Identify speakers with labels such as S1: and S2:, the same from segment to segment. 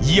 S1: 以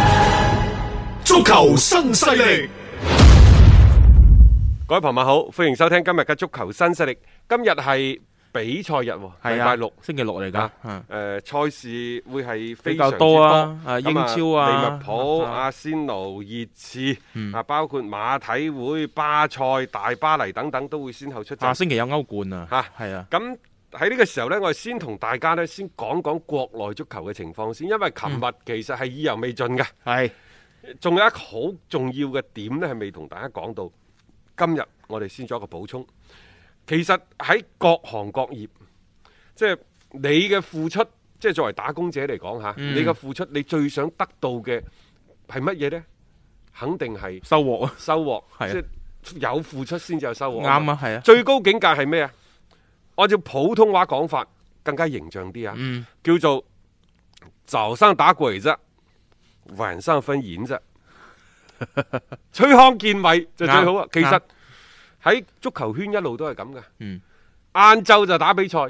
S1: 足球新勢力，
S2: 各位朋友好，歡迎收聽今日嘅足球新勢力。今日係比賽日喎，
S3: 係啊
S2: 禮拜六
S3: 星期六嚟㗎
S2: 啊。誒、賽事會係非
S3: 比
S2: 常
S3: 較
S2: 之
S3: 多啊啊
S2: 咁
S3: 英超啊
S2: 利物浦、
S3: 啊嗯
S2: 阿仙奴、熱刺啊，包括馬體會、巴塞、大巴黎等等，都會先後出
S3: 下
S2: 陣。
S3: 星期有歐冠啊，
S2: 嚇
S3: 係啊，
S2: 咁喺呢個時候呢，我哋先同大家呢先講講國內足球嘅情況先，因為琴
S3: 嗯
S2: 日其實係意猶未盡嘅。
S3: 係
S2: 仲有一個好重要嘅點呢，係未同大家講到。今日我哋先做一個補充。其實喺各行各業，即係你嘅付出，即係作為打工者嚟講嚇，你嘅付出，你最想得到嘅係乜嘢呢？肯定係
S3: 收穫啊，
S2: 收穫，
S3: 係啊
S2: 即係有付出先至有收穫。
S3: 啱啊，係啊，
S2: 最高境界係咩啊？按照普通話講法更加形象啲啊，
S3: 嗯
S2: 叫做早上打鬼子，晚上分演啫，吹康健米就最好啊。
S3: 啱
S2: 其實喺足球圈一路都係咁嘅，
S3: 嗯
S2: 晏晝就打比賽，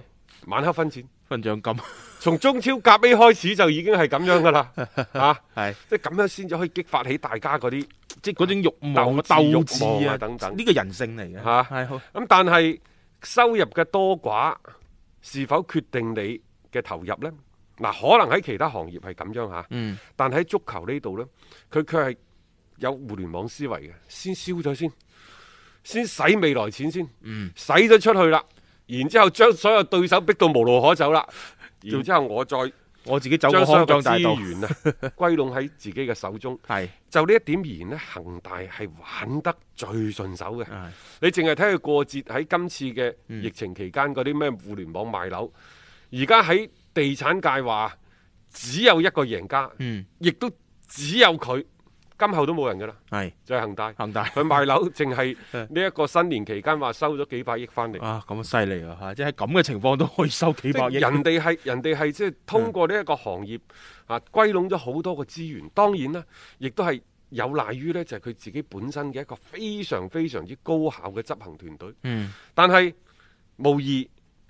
S2: 晚黑分錢。
S3: 分獎金
S2: 從中超甲 A 開始就已經係咁樣噶啦，啊，
S3: 係
S2: 即係咁樣先至可以激發起大家嗰啲
S3: 即係嗰種慾望啊、
S2: 鬥
S3: 鬥
S2: 志慾
S3: 志
S2: 望啊
S3: 啊
S2: 等等
S3: 呢個人性嚟嘅
S2: 嚇
S3: 係好
S2: 咁但係收入嘅多寡是否決定你嘅投入呢？嗱，可能喺其他行業係咁樣嚇，
S3: 嗯
S2: 但喺足球呢度呢，佢卻係有互聯網思維嘅，先燒咗先，先使未來錢先，
S3: 嗯
S2: 使咗出去啦，然之後將所有對手逼到無路可走啦，然之後我再
S3: 我自己走
S2: 將
S3: 個
S2: 所有
S3: 康
S2: 嘅
S3: 莊大道
S2: 資，源啊 歸攏喺自己嘅手中。
S3: 係
S2: 就呢一點而言呢，恒大係玩得最順手嘅
S3: 係。
S2: 你淨係睇佢過節喺今次嘅
S3: 嗯
S2: 疫情期間嗰啲咩互聯網賣樓，而家喺地產界話只有一個贏家，
S3: 嗯
S2: 亦都只有佢，今後都冇人噶啦，
S3: 係
S2: 就係、恒大。
S3: 恒大
S2: 佢賣樓淨 係呢一個新年期間話收咗幾百億翻嚟。
S3: 啊咁犀利啊嚇，即係喺咁嘅情況都可以收幾
S2: 即
S3: 百億，
S2: 係人哋係人哋係即係通過呢一個行業啊，歸攏咗好多個資源。當然啦，亦都係有賴於呢，就係、佢自己本身嘅一個非常非常之高效嘅執行團隊。
S3: 嗯
S2: 但係無疑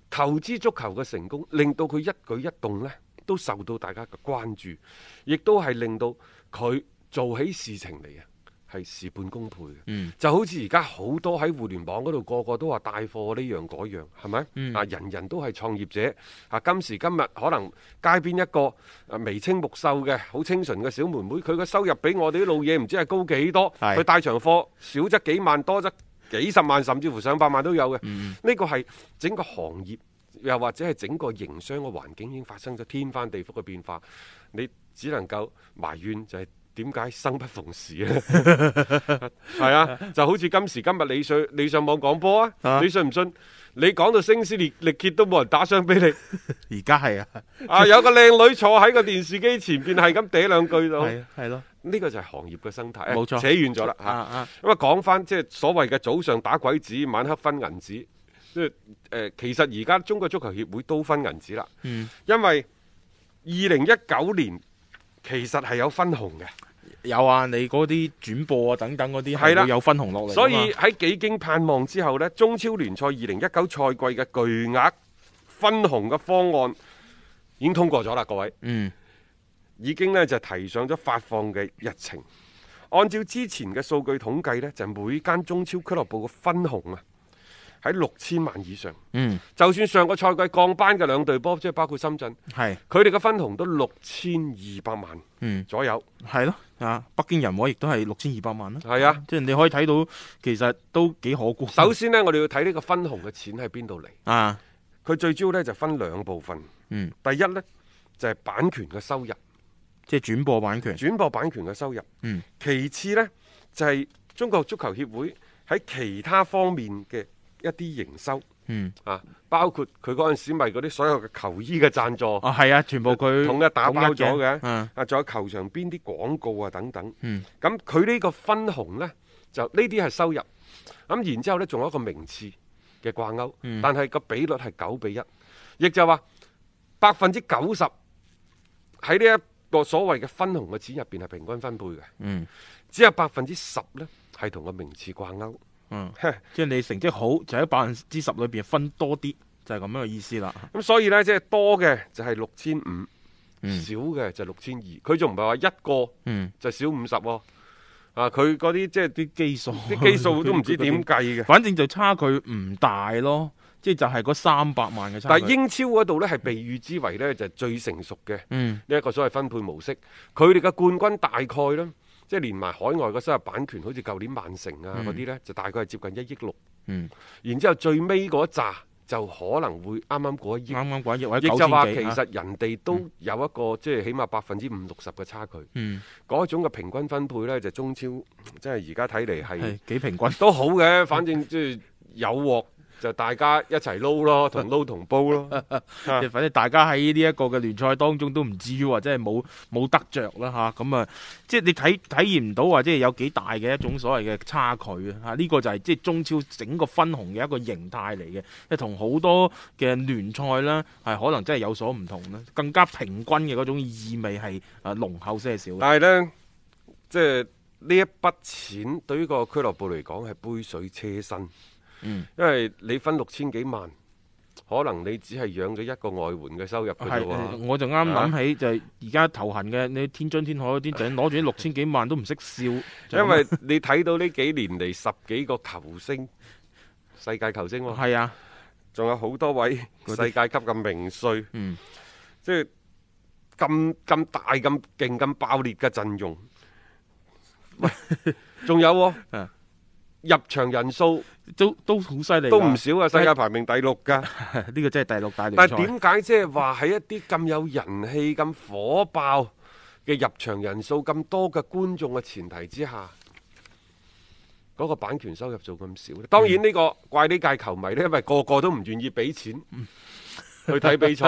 S2: 投資足球嘅成功，令到佢一舉一動呢都受到大家嘅關注，亦都係令到佢做起事情嚟啊，係事半功倍嘅。
S3: 嗯
S2: 就好似而家好多喺互聯網嗰度，個個都話帶貨呢樣嗰樣，係咪？
S3: 嗯
S2: 啊，人人都係創業者。啊，今時今日可能街邊一個啊眉清目秀嘅、好清純嘅小妹妹，佢嘅收入比我哋啲老嘢唔知係高幾多。
S3: 係
S2: 佢帶場貨少則幾萬，多則幾十萬，甚至乎上百萬都
S3: 嗯
S2: 有嘅。呢個係整個行業，又或者係整個營商嘅環境已經發生咗天翻地覆嘅變化。你只能夠埋怨就係點解生不逢時啊！係啊，就好似今時今日你上你上網講波啊，
S3: 啊
S2: 你信唔信？你講到聲嘶力力竭都冇人打賞俾你
S3: 而家係啊
S2: 啊！ 有個靚女坐喺個電視機前邊係咁嗲兩句就好，
S3: 係啊係咯
S2: 呢個就係行業嘅生態。
S3: 冇錯
S2: 扯遠咗啦
S3: 啊
S2: 嚇。
S3: 啊
S2: 咁啊，講翻即係所謂嘅早上打鬼子，晚黑分銀紙。即係誒，其實而家中國足球協會都分銀紙啦，
S3: 嗯
S2: 因為二零一九年其實係有分紅嘅。
S3: 有啊，你嗰啲轉播啊等等嗰啲
S2: 係啦
S3: 係會有分紅落嚟㗎嘛，
S2: 所以喺幾經盼望之後呢，中超聯賽二零一九賽季嘅巨額分紅嘅方案已經通過咗啦，各位
S3: 嗯
S2: 已經呢就提上咗發放嘅日程。按照之前嘅數據統計呢，就每間中超俱樂部嘅分紅啊，喺六千萬以上。
S3: 嗯，
S2: 就算上個賽季降班嘅兩隊波，即係包括深圳，
S3: 係
S2: 佢哋嘅分紅都六千二百萬
S3: 嗯
S2: 左右。
S3: 係咯，啊，北京人和亦都係六千二百萬啦，
S2: 係啊，
S3: 即係你可以睇到其實都幾可觀。
S2: 首先呢，我哋要睇呢個分紅嘅錢喺邊度嚟。
S3: 啊，
S2: 佢最主要呢就分兩部分。
S3: 嗯，
S2: 第一呢，就係、版權嘅收入，
S3: 即係轉播版權，啊
S2: 轉播版權嘅收入。
S3: 嗯，
S2: 其次呢，就係、中國足球協會喺其他方面嘅一啲營收。
S3: 嗯，
S2: 啊，包括佢嗰陣時咪嗰啲所有嘅球衣嘅贊助。
S3: 啊係啊，全部佢
S2: 統一打包咗
S3: 統一
S2: 嘅，
S3: 嗯
S2: 啊，仲有球場邊啲廣告啊等等。
S3: 嗯
S2: 咁佢呢個分紅呢，就呢啲係收入。咁然之後呢，仲有一個名次嘅掛鈎，
S3: 嗯
S2: 但係個比率係九比一，亦就話百分之九十喺呢一個所謂嘅分紅嘅錢入邊係平均分配嘅。
S3: 嗯，
S2: 只有百分之十呢係同個名次掛鈎。
S3: 嗯，即係你成績好就喺百分之十裏邊分多啲，就係咁樣嘅意思啦。
S2: 咁所以呢，即係多嘅就係六千五，少嘅就六千二。佢仲唔係話一個
S3: 嗯，
S2: 就少五十喎。啊，佢嗰啲即 係啲
S3: 啲基數，
S2: 啲 基數都唔知點計嘅。
S3: 反正就差距唔大咯，即係就係嗰三百萬嘅差
S2: 但
S3: 距。
S2: 係英超嗰度呢，係被預之為呢，就係最成熟嘅
S3: 嗯
S2: 呢一個所謂分配模式。佢哋嘅冠軍大概呢，即係連埋海外嘅收入版權，好似舊年曼城啊嗰啲呢，就大概係接近一億六。
S3: 嗯，
S2: 然之後最尾嗰扎就可能會啱啱過一億。
S3: 啱啱鬼亦或
S2: 亦
S3: 者九
S2: 就話
S3: 千
S2: 其
S3: 幾啊
S2: 實人哋都有一個即係起碼百分之五六十嘅差距，
S3: 嗯
S2: 嗰種嘅平均分配呢，就中超，即係而家睇嚟係
S3: 係幾平均。
S2: 都好嘅，反正即係有鑊就大家一齊 撈咯，同撈同煲咯。
S3: 即係反正大家喺呢一個嘅聯賽當中都唔至於話真係冇冇得着啦吓，咁啊，即係你體體驗唔到話即係有幾大嘅一種所謂嘅差距啊！嚇，呢個就係即係中超整個分紅嘅一個形態嚟嘅，即係同好多嘅聯賽啦係可能真係有所唔同啦，更加平均嘅嗰種意味係啊濃厚些少啦。
S2: 但係呢，即係呢一筆錢對於個俱樂部嚟講係杯水車薪，
S3: 嗯
S2: 因為你分六千幾萬，可能你只係養咗一個外援嘅收入嘅啫
S3: 係，
S2: 喎
S3: 誒我就啱諗起就係而家頭痕嘅，你天津天海嗰啲就係攞住啲六千幾萬都唔識笑，就咁
S2: 因為你睇到呢幾年嚟十幾個球星，世界球星喎、
S3: 係啊，
S2: 仲有好多位世
S3: 嗰啲
S2: 界級嘅名帥，
S3: 嗯
S2: 即係咁咁大、咁勁、咁爆裂嘅陣容。喂，仲有喎、
S3: 啊
S2: 入場人數
S3: 都都好犀利㗎，
S2: 都唔少啊，世界排名第六㗎。
S3: 呢個真係第六大聯
S2: 但
S3: 賽。
S2: 係點解即係話喺一啲咁有人氣、咁火爆嘅入場人數、咁多嘅觀眾嘅前提之下，嗰、個版權收入做咁少呢？當然呢個怪呢屆球迷呢，因為個個都唔願意俾錢。 去睇比賽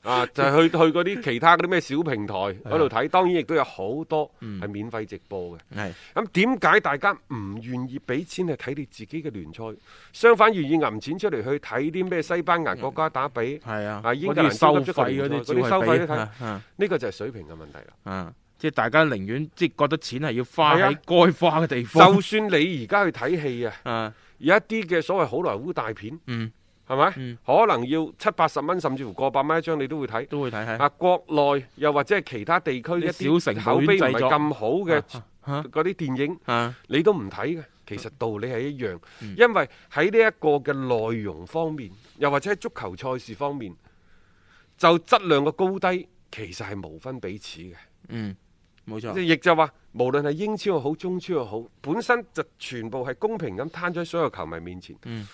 S2: 啊，就係去去嗰啲其他嗰啲咩小平台嗰度睇，當然亦都有好多係免費直播嘅。
S3: 係
S2: 咁點解大家唔願意俾錢去睇你自己嘅聯賽，相反願意揞錢出嚟去睇啲咩西班牙國家打比？
S3: 係啊，
S2: 啊英
S3: 嗰
S2: 格
S3: 啲
S2: 蘭
S3: 收
S2: 超級足球
S3: 費嗰
S2: 聯
S3: 啲
S2: 賽
S3: 照
S2: 嗰啲收費
S3: 係
S2: 都
S3: 俾
S2: 睇
S3: 啊啊
S2: 呢個就係水平嘅問題啦。
S3: 啊！即係大家寧願即係覺得錢係要花
S2: 係
S3: 喺
S2: 啊
S3: 該花嘅地方
S2: 就算你而家去睇戲啊，
S3: 啊，
S2: 有一啲嘅所謂好萊塢大片，
S3: 嗯，
S2: 係咪？可能要七八十蚊，甚至乎過百蚊一張，你都會睇。
S3: 都會睇
S2: 啊，
S3: 係
S2: 國內又或者係其他地區一
S3: 啲小
S2: 啲
S3: 成
S2: 口
S3: 本
S2: 碑唔係
S3: 製作
S2: 咁好嘅
S3: 啊
S2: 嗰啲電影，
S3: 啊，
S2: 你都唔睇嘅。其實道理係一樣，
S3: 嗯
S2: 因為喺呢一個嘅內容方面，又或者喺足球賽事方面，就質量嘅高低其實係無分彼此嘅。
S3: 嗯，冇錯，
S2: 亦就話，無論係英超又好，中超又好，本身就全部係公平咁攤咗喺所有球迷面前。
S3: 嗯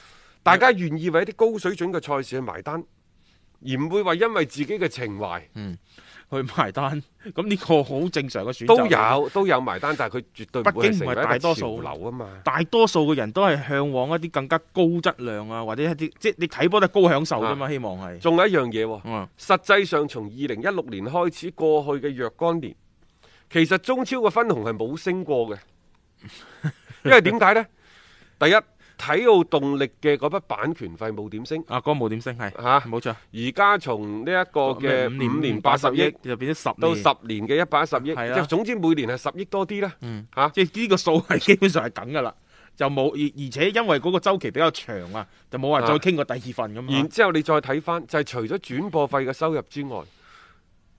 S2: 大家願意為一啲高水準嘅賽事去埋單，而唔會話因為自己嘅情懷
S3: 嗯去埋單， 咁呢個好正常嘅選擇。
S2: 都，有都有埋單，但係佢絕對唔會
S3: 畢
S2: 係
S3: 竟
S2: 成
S3: 唔
S2: 為
S3: 係
S2: 一個
S3: 大多
S2: 潮
S3: 數
S2: 流啊嘛。
S3: 大多數嘅人都係向往一啲更加高質量啊，或者一啲即係你睇波都係高享受㗎嘛，希望係。
S2: 仲有一樣嘢喎，
S3: 嗯
S2: 實際上從二零一六年開始過去嘅若干年，其實中超嘅分紅係冇升過 嘅，因為點解呢？第一，體奧動力嘅嗰筆版權費冇點升。
S3: 啊，嗰個冇點升係
S2: 嚇
S3: 冇錯，
S2: 而家從呢一個嘅
S3: 咩
S2: 哦五年八十億
S3: 就變咗十
S2: 到
S3: 年
S2: 十年嘅一百一十億，
S3: 係啦
S2: 即係啊總之每年係十億多啲啦。
S3: 嗯
S2: 嚇
S3: 即係呢個數係基本上係梗㗎啦，就冇而而且因為嗰個週期比較長啊，就冇話再傾過第二份咁
S2: 然
S3: 啊。
S2: 之後你再睇翻，就係除咗轉播費嘅收入之外，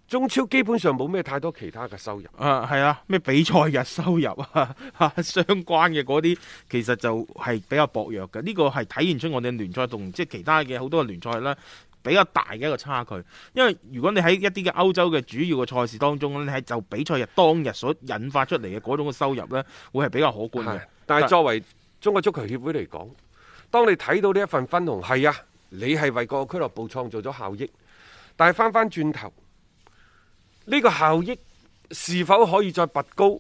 S2: 中超基本上冇咩太多其他嘅收入。
S3: 啊，係啊，咩比賽日收入啊， 相關嘅嗰啲其實就係比較薄弱嘅。呢、個係體現出我哋聯賽同即係其他嘅好多聯賽啦。比較大嘅一個差距，因為如果你喺一啲嘅歐洲嘅主要嘅賽事當中咧，你係就比賽日當日所引發出嚟嘅嗰種嘅收入咧，會係比較可觀嘅
S2: 係。但係作為中國足球協會嚟講，當你睇到呢一份分紅，係啊，你係為個俱樂部創造咗效益，但係翻翻轉頭，呢、個效益是否可以再拔高，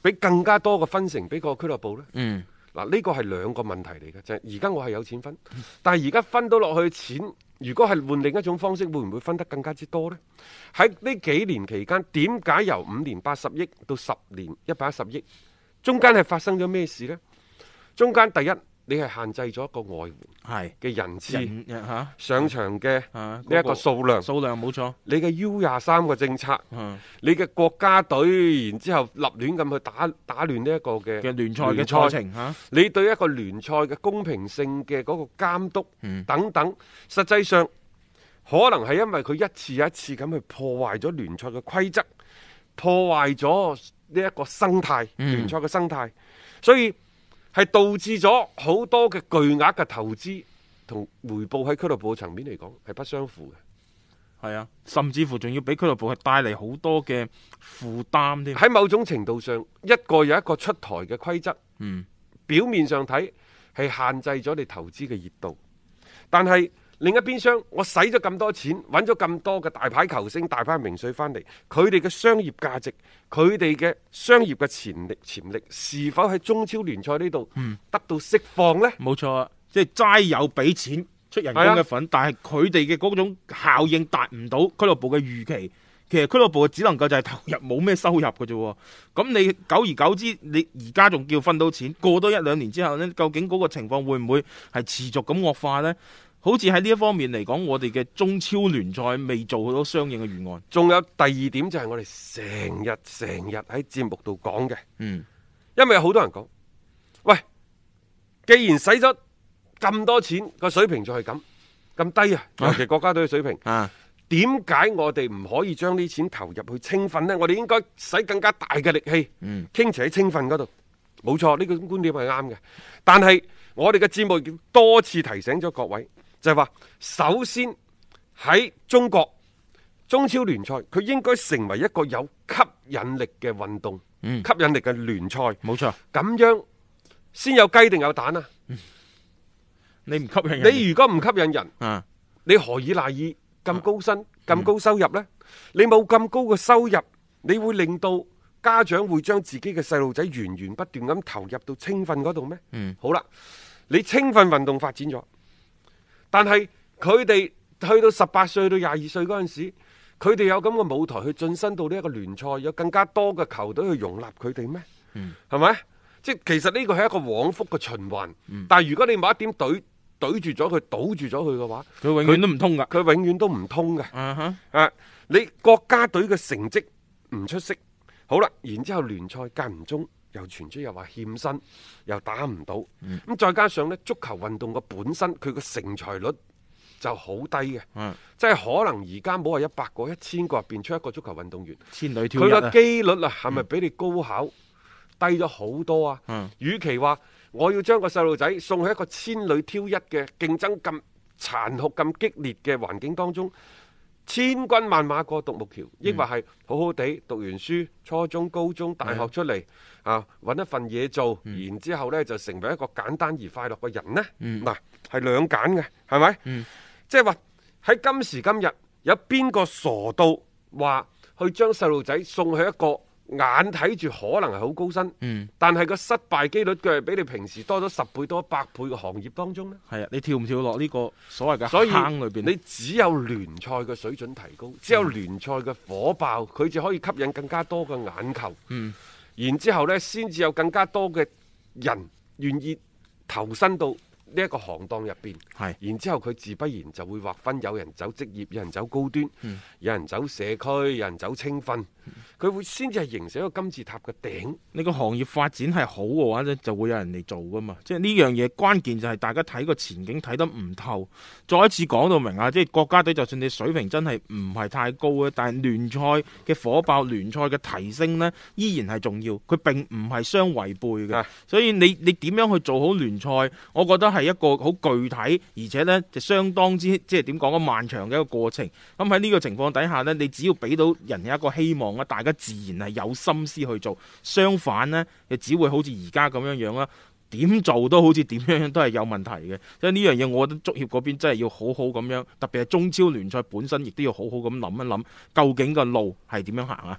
S2: 俾更加多嘅分成俾個俱樂部呢？
S3: 嗯，
S2: 嗱，呢個係兩個問題嚟嘅，就係而家我係有錢分，但係而家分到落去嘅錢，如果係換另一種方式，會唔會分得更加之多呢？喺呢幾年期間，點解由五年八十億到十年一百一十億，中間係發生咗咩事呢？中間第一，你係限制咗一個外援
S3: 係嗯啊
S2: 嘅人次、
S3: 人嚇
S2: 上場嘅
S3: 啊
S2: 呢
S3: 嗰個
S2: 一個數量，
S3: 數量冇錯。
S2: 你嘅 U 廿三個政策，
S3: 嗯
S2: 你嘅國家隊，然之後立亂咁去打打亂呢一個嘅
S3: 嘅聯賽嘅
S2: 聯
S3: 賽程嚇，
S2: 你對一個聯賽嘅公平性嘅嗰個監督
S3: 嗯
S2: 等等，實際上可能係因為佢一次又一次咁去破壞咗聯賽嘅規則，破壞咗呢一個生態聯賽嘅生態，所以係導致咗好多嘅巨額嘅投資同回報喺俱樂部嘅層面嚟講係不相符嘅。
S3: 係啊，甚至乎仲要俾俱樂部係帶嚟好多嘅負擔添。
S2: 喺某種程度上，一個有一個出台嘅規則，
S3: 嗯，
S2: 表面上睇係限制咗你投資嘅熱度，但係另一邊廂，我使咗咁多錢，揾咗咁多嘅大牌球星、大牌名帥翻嚟，佢哋嘅商業價值、佢哋嘅商業嘅潛力、潛力是否喺中超聯賽呢度
S3: 嗯
S2: 得到釋放呢？
S3: 冇錯啊，即係齋有俾錢出人工
S2: 係啊
S3: 嘅份，但係佢哋嘅嗰種效應達唔到俱樂部嘅預期。其實俱樂部只能夠就係投入冇咩收入嘅啫喎，咁你久而久之，你而家仲叫分到錢，過多一兩年之後呢，究竟嗰個情況會唔會係持續咁惡化呢？好似喺呢一方面嚟講，我哋嘅中超聯賽未做到相應嘅預案。
S2: 仲有第二點就係我哋成日成日喺節目度講嘅，
S3: 嗯，
S2: 因為有好多人講，喂，既然使咗咁多錢，個水平就係咁咁低啊，尤其國家隊嘅水平，
S3: 啊，
S2: 點解我哋唔可以將啲錢投入去青訓呢？我哋應該使更加大嘅力氣，傾斜喺青訓嗰度。冇錯，呢、個觀點係啱嘅。但係我哋嘅節目亦多次提醒咗各位，就係、話首先喺中國中超聯賽，佢應該成為一個有吸引力嘅運動，吸引力嘅聯賽，
S3: 冇錯，
S2: 咁樣先有雞定有蛋啊！
S3: 你唔吸引人
S2: 你如果唔吸引人，
S3: 啊，
S2: 你何以賴以咁高薪、咁高收入呢？你冇咁高嘅收入，你會令到家長會將自己嘅細路仔源源不斷咁投入到青訓嗰度咩？
S3: 嗯
S2: 好啦，你青訓運動發展咗，但係佢哋去到十八歲到廿二歲嗰陣時，佢哋有咁嘅舞台去晉身到呢一個聯賽，有更加多嘅球隊去容納佢哋咩？係咪？即係其實呢個係一個往復嘅循環。但係如果你某一點懟懟住咗佢，堵住咗佢嘅話，
S3: 佢永遠都唔通噶。
S2: 佢永遠都唔通嘅。
S3: 啊哈，
S2: 啊，你國家隊嘅成績唔出色，好啦，然之後聯賽間唔中又傳出又話欠薪，又打唔到，咁、再加上呢，足球運動嘅本身佢嘅成才率就好低嘅，
S3: 嗯
S2: 即係可能而家冇話一百個、一千個入邊出一個足球運動員，
S3: 千里挑
S2: 佢
S3: 一啊
S2: 個機率啊係咪比你高考低咗好多啊？
S3: 嗯
S2: 與其話我要將個細路仔送去一個千里挑一嘅競爭咁殘酷、咁激烈嘅環境當中，千軍萬馬過獨木橋，抑
S3: 嗯
S2: 或係好好地讀完書，初中、高中、大學出嚟啊，揾一份嘢做，
S3: 嗯
S2: 然之後呢就成為一個簡單而快樂嘅人呢？嗱、係兩揀嘅，係
S3: 嗯
S2: 咪？即係話喺今時今日，有邊個傻到話去將細路仔送去一個眼睇住可能係好高薪，但係個失敗機率佢係比你平時多咗十倍多一百倍嘅行業當中呢？
S3: 係啊，你跳唔跳落呢個所謂
S2: 所
S3: 嘅
S2: 以
S3: 坑裏邊？啊嗯
S2: 你只有聯賽嘅水準提高，只有聯賽嘅火爆，佢就可以吸引更加多嘅眼球。
S3: 嗯
S2: 然之後呢，先至有更加多嘅人願意投身到呢一個行當入邊，
S3: 係
S2: 然之後佢自不然就會劃分，有人走職業，有人走高端，
S3: 嗯
S2: 有人走社區，有人走青訓，佢會先至係形成一個金字塔嘅頂。
S3: 你個行業發展係好嘅話咧，就會有人嚟做噶嘛。即係呢樣嘢關鍵就係大家睇個前景睇得唔透。再一次講到明啊，即係國家隊就算你水平真係唔係太高嘅，但係聯賽嘅火爆、聯賽嘅提升呢，依然係重要。佢並唔係相違背嘅
S2: 啊。
S3: 所以你你點樣去做好聯賽，我覺得係一個好具體，而且呢就相當之即係點講啊，漫長嘅一個過程。咁喺呢個情況底下呢，你只要俾到人有一個希望啊，大家自然係有心思去做。相反呢，亦只會好似而家咁樣樣啦。點做都好似點樣樣都係有問題嘅，所以呢樣嘢我覺得足協嗰邊真係要好好咁樣，特別係中超聯賽本身亦都要好好咁諗一諗，究竟個路係點樣行啊？